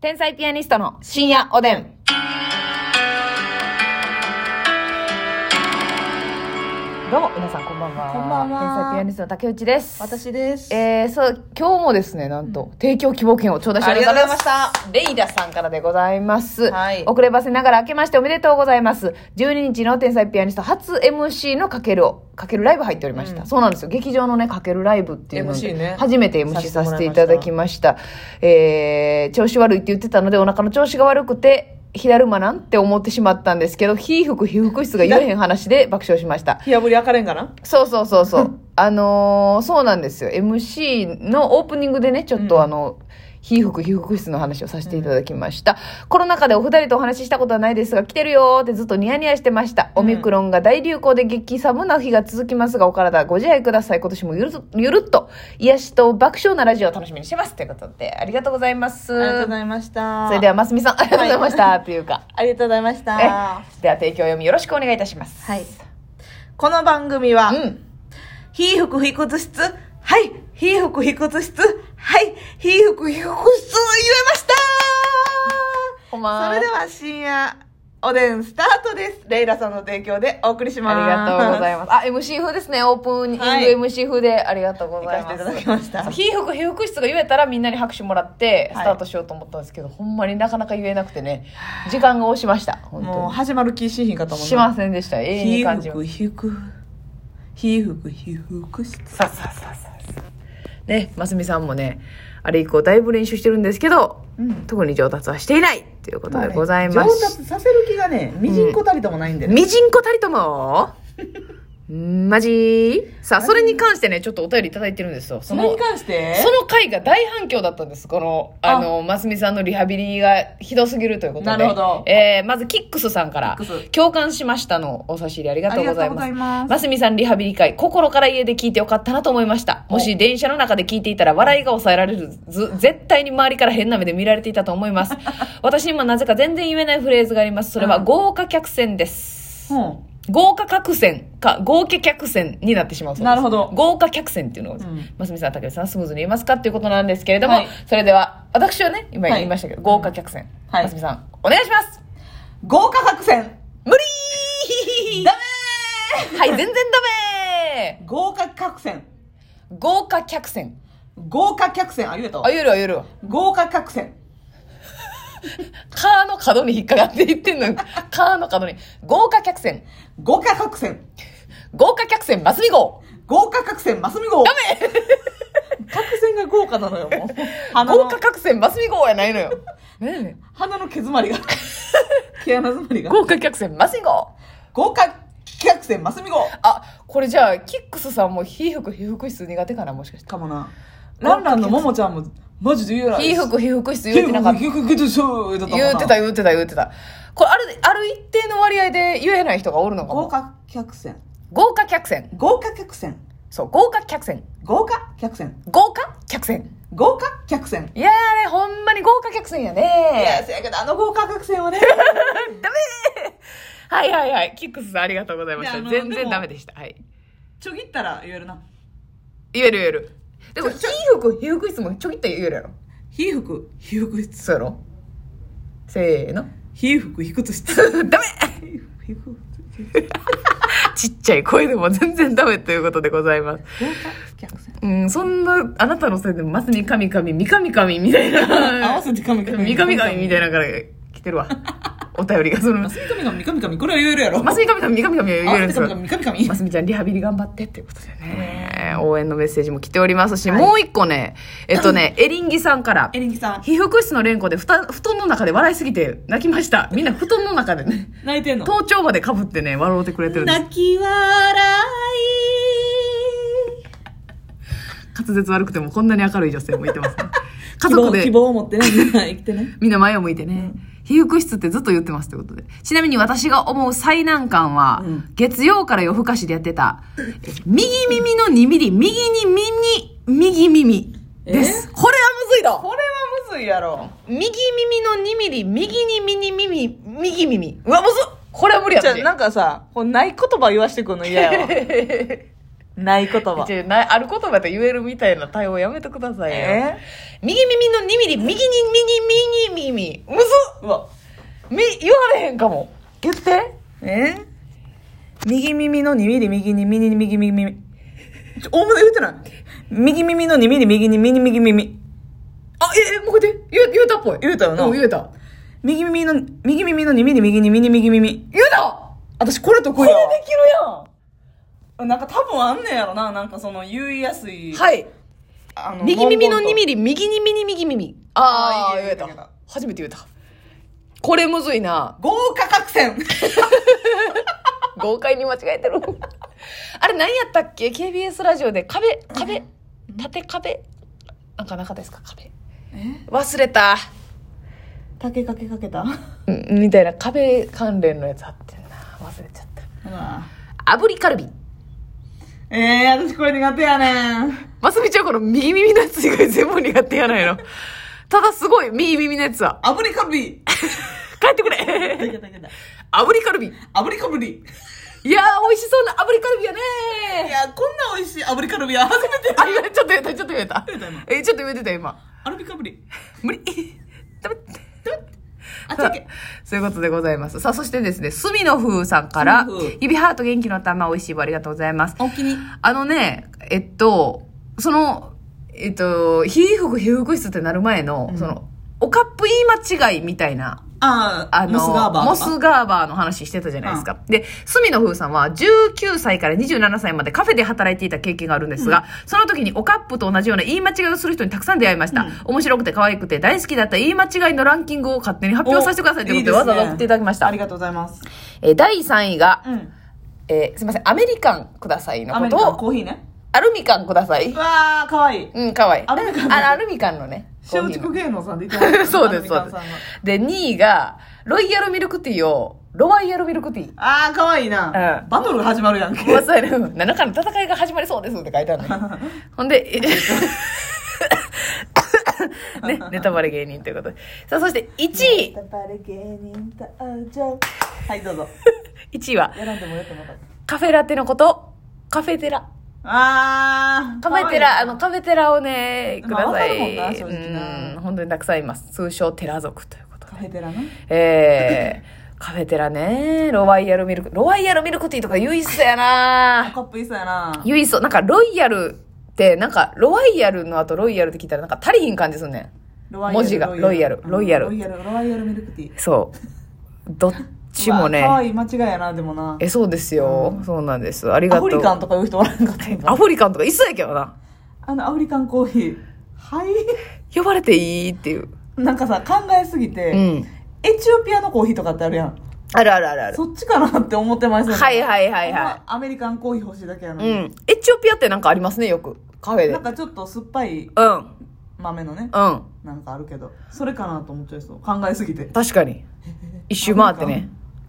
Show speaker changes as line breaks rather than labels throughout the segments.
天才ピアニストの深夜おでん。どうも、皆さんこんばんは。
こんばんは
天才ピアニストの竹内です。。
私です。
えー、そう、今日もですね、なんと、提供希望券を頂戴して
ありがとうございまし
す
た。
レイダさんからでございます。
はい
遅ればせながら明けましておめでとうございます。12日の天才ピアニスト初 MC のかけるを、かけるライブ入っておりました。
うん
そうなんですよ。劇場のね、かけるライブっていうので、
MC ね
初めて MC させていただきました。えー、調子悪いって言ってたので、お腹の調子が悪くて、火だるまなんて思ってしまったんですけど、皮膚皮膚質が言えへん話で爆笑しました。
火炙り赤レンガな
そうそうそうそう。あのーそうなんですよ。MC のオープニングでね、ちょっ
うん
とあの、被服、被服室の話をさせていただきました。コロナ禍でお二人とお話ししたことはないですが、来てるよーってずっとニヤニヤしてました。
う
オ
ん
ミクロンが大流行で激寒な日が続きますが、お体ご自愛ください。今年もゆるずゆるっと、癒しと爆笑なラジオを楽しみにしてます。ということで、ありがとうございます。
ありがとうございました。
それでは、ますみさん、ありがとうございました。というか。
ありがとうございました。
え
は
では、提供読みよろしくお願いいたします。
い。この番組は、
うん。
非服非屈室、はい、非服非屈室、はい、非服非屈室を言えました
ほんまー
それでは深夜おでんスタートです。レイラさんの提供でお送りします。
ありがとうござ
い
います。あ、MC 風ですね。オープニング
はい
MC 風でありがとうございます。
行かせていただきました
そう被服、被服室が言えたらみんなに拍手もらって
はい
スタートしようと思ったんですけど、ほんまになかなか言えなくてね、時間が押しました。
もう
本
始まる気しひんかと
当に。
思うな。
しませんでした。永遠に
被
感じま
服
す。
被屈、被服被屈室。
ささささね、ますみさんもね、あれ以降だいぶ練習してるんですけど、
うん
特に上達はしていないということでございま
ね上
す。
達させる気がねみじんこたりともないんでね、
みじんこたりとも マジさあ、それに関してね、ちょっとお便りいただいてるんですよ。そ
そ
の
れに関して
その回が大反響だったんです。この、
あ
あの、ますみさんのリハビリがひどすぎるということで。
なるほど
えー、まず、キックスさんから
キック、ス
共感しましたのお差し入れありがとうございます。
ありがとうございます
ますみさんリハビリ会、心から家で聞いてよかったなと思いました。もし電車の中で聞いていたら笑いが抑えられるず、 絶対に周りから変な目で見られていたと思います。私にもなぜか全然言えないフレーズがあります。それは、
うん
豪華客船です。
うん
豪華客船か、豪華客船になってしまうそうです。
なるほど
豪華客船っていうのを、
ん
ますみさん、竹内さん、スムーズに言えますかっていうことなんですけれども、
はい
それでは、私はね、今
はい
言いましたけど、豪華客船。
はい
ますみさん、お願いします
豪華作戦
無理
ダメ
はい、全然ダメ
ー豪華客船
豪華客船。
豪華客船ありがとう
あ、言えるわ、言えるわ。
豪華客船
カーの角に引っかかって言ってんのよ。カーの角に。豪華客船。
豪華客船
豪華客船、ますみ号。
豪華客船マスミ号
ダメ
客船が豪華なの よもう鼻
豪
の
華客船、ますみ号やないのよ。ねえ
鼻の毛詰 まりが毛穴詰まりが
豪華客船、ますみ号。
豪華客船マスミ号
あ、これじゃあ、キックスさんも被服、被服室苦手かな、もしかして。
かもなランランのももちゃんもマジで言うやら
被服、被服室言うてなかった。
皮膚結晶だったもんな
言うてた、言うてた、言うてた。これ、ある、ある一定の割合で言えない人がおるのか
豪
も。
華客船
豪華客船。
豪華客船
そう、豪華客船。
豪華客船
豪華客船。
豪華客船
いやー、あれ、ほんまに豪華客船や
いや
ね
せやけどあの豪華客船はね
はいはいはい。キックスさん、ありがとうございまし
いや
た。
あの
全
で
然
も
ダメでした。はい。
ちょぎったら言えるな
言える言える。でも、被
ちょ
服、被服室もちょぎって言えるやろ。
皮膚皮膚室
そうやろせーの。
皮膚皮骨室
ダメちっちゃい声でも全然ダメということでございます。
豪華客船
うん、そんな、あなたのせいで、まずに神々、三神々みたいな。
合わせて神々
三神々みたいなのから来てる わ。お便りがその
マ、スミカミカミカミカミこれは言えるやろ
ますみ神々、三神々は言えるんですよ。
ミカミカミ
ますみちゃん、リハビリ頑張ってっていうことでね。応援のメッセージも来ておりますし、もう一個ね、えっと ね、エリンギさんから
エ。リンギさん
被服室の連呼でふた布団の中で笑いすぎて泣きました。みんな布団の中で ね、
泣いてんの
頭頂までかぶってね、笑うてくれてるんです。
泣き笑い
滑舌悪くてもこんなに明るい女性もいてます ね。家
希
族
望
で
希望を持ってねみんな生きてね
みんな前を向いてね。被服室ってずっと言ってますってことで。ちなみに私が思う最難関は、
うん
月曜から夜更かしでやってた、右耳の2ミリ、右に耳、右耳です。これはむずいだ
これはむずいやろ
右耳の2ミリ、右にミニ耳、右耳。うわ、むずっこれは無理や
じゃあ
私
なんかさこうない言葉言わしてくんの嫌や わ ない言葉
違うなある言葉で言えるみたいな対応やめてくださいよ。
え
右耳の2ミリ、右に右、右、右、へんかも。
言って。え右耳の2ミリ右に右に右耳。ちょ、大物言ってない。右耳の2ミリ右に右に右耳。
あ、え、え、もうこうやって、言え、言えたっぽい。
言えたよな
うん、言えた。
右耳の、右耳の2ミリ右に右に右耳。
言えた
私これ得
こ
意
れ
や
で
わ。
きる
なんか多分あんねやろな。なんかその言いやすい。
やん。はい。
あの
右耳の2
リ。
ミリ、右に右に右耳。ああ、
あー言
言
え
え
た
た
言えた。
初めて言えた。これむずいな。
豪華角戦
豪快に間違えてる。 あれ何やったっけ ?KBS ラジオで壁、壁、縦壁。なんかなかったですか壁。
え
忘れた。
竹かけかけ た
うんみたいな壁関連のやつあってんな。忘れちゃった。炙りカルビ。
ええー、私これ苦手やねん。
ますみちゃんこの右耳のやつ以外全部苦手やない の。ただすごい、右耳のやつは。
炙りカブ リ。
帰ってくれ
けたけた。
炙りカルビ。
炙りカブリ。
いやー、美味しそうな炙りカルビやね
いや、こんな美味しい炙りカルビは初めて。
あ、今ちょっと言えた、ちょっと言えた
言えた今。
え、ちょっと言えてた、今。
アルビカブリ。
無理。ダメ
あ、
さ
た
あ
け。
そういうことでございます。さあ、そしてですね、すみのふうさんから
すみのふう、
指ハート元気の玉美味しい棒ありがとうございます。
お気に。
あのね、えっと、その、えっと、皮膚服、皮膚服室ってなる前の、
うん
その、おカップ言い間違いみたいな、
あー
あの、
モスガーバー。
モスガーバーの話してたじゃないですか。で、住野風さんは19歳から27歳までカフェで働いていた経験があるんですが、その時におカップと同じような言い間違いをする人にたくさん出会いました。
うん
面白くて可愛くて大好きだった言い間違いのランキングを勝手に発表させてくださいということで
おい
わざ
いですね
わざ送っていただきました。
ありがとうございます。
えー第3位が、
うん。
えーすいません、アメリカンくださいの
アメ
こ
リ
と
カン
を、
コーヒーね。。
アルミカンくださいう
わー、かわいい。
うん、可愛い
アルミカン
あアルミカンのね。
松
コーヒーの
竹芸能さんでいただい た
そうです、
ア
そうで
ルミカンさんの
す。で、2位が、ロイヤルミルクティーを、ロワイヤルミルクティー。
あー、かわいいな。
うん
バトルが始まるやんけ。
まあ、そうやね。7日の戦いが始まりそうですって書いてある のよほんで、え ね、ネタバレ芸人ということで。さあ、そして1位。
バレ芸人と会うじゃんはい、どうぞ。
1位は、
やらんでもよくなかった。
カフェラテのこと、カフェテラ。
あー。
カフェテ
かわ
ラ、
い
あ
い
の、カフェテラをね、くだ
まあわか
さ
るもん
い。
な正直な
うん、本当にたくさんいます。通称、テラ族ということで
カフェテラな。
えー、カフェテラね、ロワイヤルミルク、ロワイヤルミルクティーとか唯一やな
カップいいそうやな。
唯一そう、なんかロイヤルって、なんかロワイヤルの後ロイヤルって聞いたらなんか足りひん感じすんねん。
ロワイヤル
文字がロイヤルロイヤル
ロイヤル、ロワイヤルミルクティー。
そう。どっちもね
か。わいい間違いやな、でもな。
え、そうですよ。そうなんです。ありが
ア
とう。
フリカンとか言う人おらんかったんだ
アフリカンとか一切やけどな。
あの、アフリカンコーヒー。はい。
呼ばれていいっていう。
なんかさ、考えすぎて、
うん。
エチオピアのコーヒーとかってあるやん。
あるあるあるある。
そっちかなって思ってます
はいはいはい
ほんま
は
アメリカンコーヒー欲しいだけやの
い。う
に。
ん。エチオピアってなんかありますね、よく。カフェで
なん。かちょっと酸っぱい
うん。
豆のね、
うん。
なんかあるけど、それかなと思っちゃいそう。考えすぎて。
確か に。一周回って
アフリ
ね。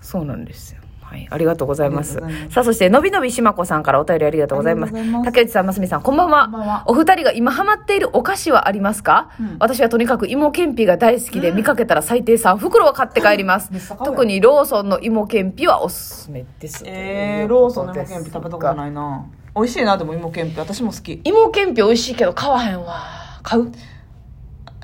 そうなんですよ。はい。ありがとうございます
ありがとうございま。す
さあ、そして、のびのびしまこさんからお便りありがとうございます
ありがとうござい。ます
竹内さん、ますみさん、こんばん
こんばんは
は。お二人が今ハマっているお菓子はありますか
うん
私はとにかく芋けんぴが大好きで、見かけたら最低3袋は買って帰ります
めっちゃ。買うやん
特にローソンの芋けんぴはおすすめです。
えー、ローソンの芋けんぴ食べたこと
い。
ないな。美味しいな、でも芋けんぴ。私も好き。
芋けんぴ美味しいけど買わへんわ。買う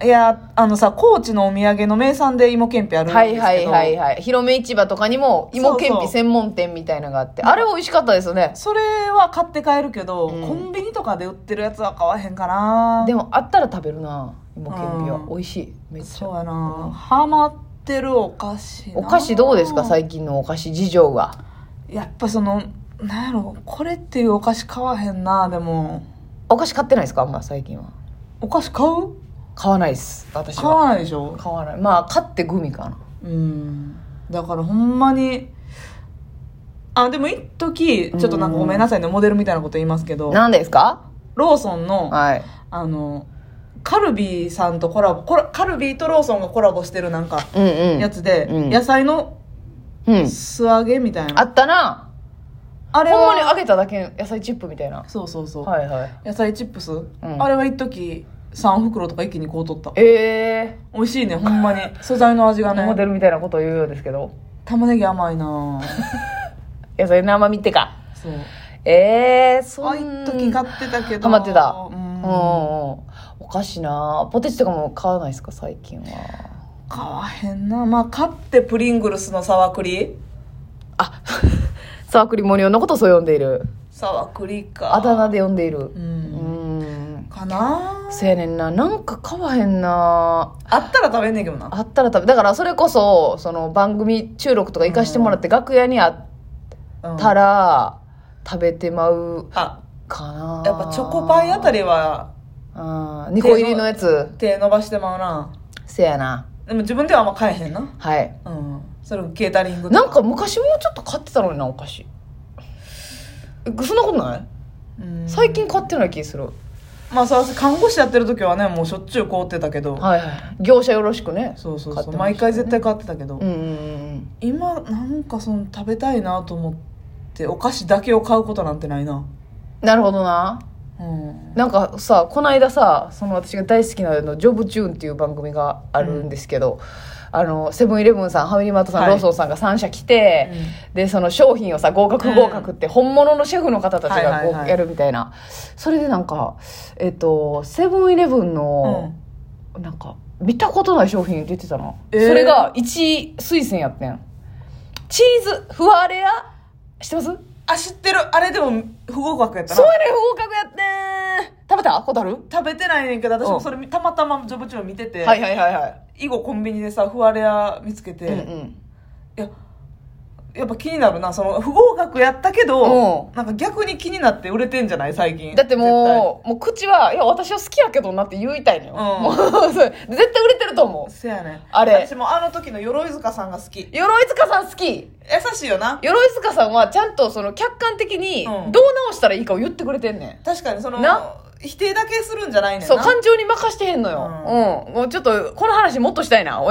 いや、あのさ、高知のお土産の名産で芋けんぴあるんです
は
け
い
ど。
はいはいはい。広め市場とかにも芋けん
そう
ぴ
そう
専門店みたいなのがあって、あれ美味しかったですよね。
それは買って帰るけど、
うん
コンビニとかで売ってるやつは買わへんかな
でもあったら食べるな芋けんぴ
う
は
ん
美味しいめっち
そう
ゃ
やな、ハマってるお菓子な
お菓子どうですか最近のお菓子事情は
やっぱそのなんやろこれっていうお菓子買わへんなでも
お菓子買ってないですかあんま最近は
お菓子買う
買わないです私
買
は
わないでしょ
買わないまあ買ってグミかな
うんだからほんまにあでも一時ちょっとなんかごめんなさいねモデルみたいなこと言いますけど
何ですか
ローソンの
はい
あのカルビーさんとコラボコラカルビーとローソンがコラボしてるなんか
うん
やつで、
うん
野菜の
うんうん
素揚げみたいな
あったな
あれは
ほんまに揚げただけの野菜チップみたいな
そうそうそう、
はいはい
野菜チップス、
ん
あれは一時3袋とか一気にこう取った
え
美味しいねほんまに素材の味が
ー、モデ
ね
ルみたいなことを言うようですけど
玉ねぎ甘いなぁ
野菜生身ってか
そう
えー、そ
あ一
ん
時買ってたけど
ハマってた
うん
うんうんおかしいなポテチとかも買わないですか最近は
買わへんな。まあ、買ってプリングルスのサワークリ
あ サークリモニオンのことをそう呼んでいる
サワークリか。
あだ名で呼んでいる
う。
うんん
かな
せやねんななんか買わへんな
あったら食べんねんけどな。
あったら食べだからそれこそその番組収録とか行かしてもらって楽屋にあっ
うん
たら食べてまう
あ、
かな
やっぱチョコパイあたりは
あ2個入りのやつ
手伸ばしてまうな。
せやな
でも自分ではあんま買えへんな。
はい
うん。それケータリングと
なんか昔もうちょっと買ってたのになお菓子えそんなことない
うん
最近買ってない気する、
まあそう看護師やってる時はねもうしょっちゅう凍ってたけど、
はいはい業者よろしくね
そうそう
買っ
そ
て
う、
ましたね
毎回絶対買ってたけ
う
ど、
んうんうん
今なんかその食べたいなと思ってお菓子だけを買うことなんてないな
なるほどな
うん
なんかさこの間さその私が大好きなあの「ジョブチューン」っていう番組があるんですけど、あのセブンイレブンさんファミリーマートさん、
はい
ローソンさんが3社来て、でその商品をさ合格合格って本物のシェフの方たち
はい
が
はい
こ
は
う
い
やるみたいな、それでなんかえっとセブンイレブン
う
の、
ん
なんか見たことない商品出てたな、
えー
それが1位推薦やってんチーズふわレア知ってますそうやね
あ知ってるあれでも不合格やったな
合格やってん食べたことある
食べてないねんけど私
う
も
ん
それたまたまジョブチューン見てて、
はいはいはいはい
以後コンビニでさフワレア見つけて、
うんう
い
ん
ややっぱ気になるなその不合格やったけ
う
ど、
ん
なんか逆に気になって売れてんじゃない最近
だってもうもう口は「いや私は好きやけどな」って言いたいのよ、
うん
もうそう絶対売れてると思う
せやね
あれ
私もあの時の鎧塚さんが好き優
鎧塚さん好き
しいよな
鎧塚さんはちゃんとその客観的にど
う
うん直したらいいかを言ってくれてんねん、
確かにその
な
否定だけするんじゃないねんな
そう感情に任してへんのよ、うんもうちょっとこの話もっとしたいなおや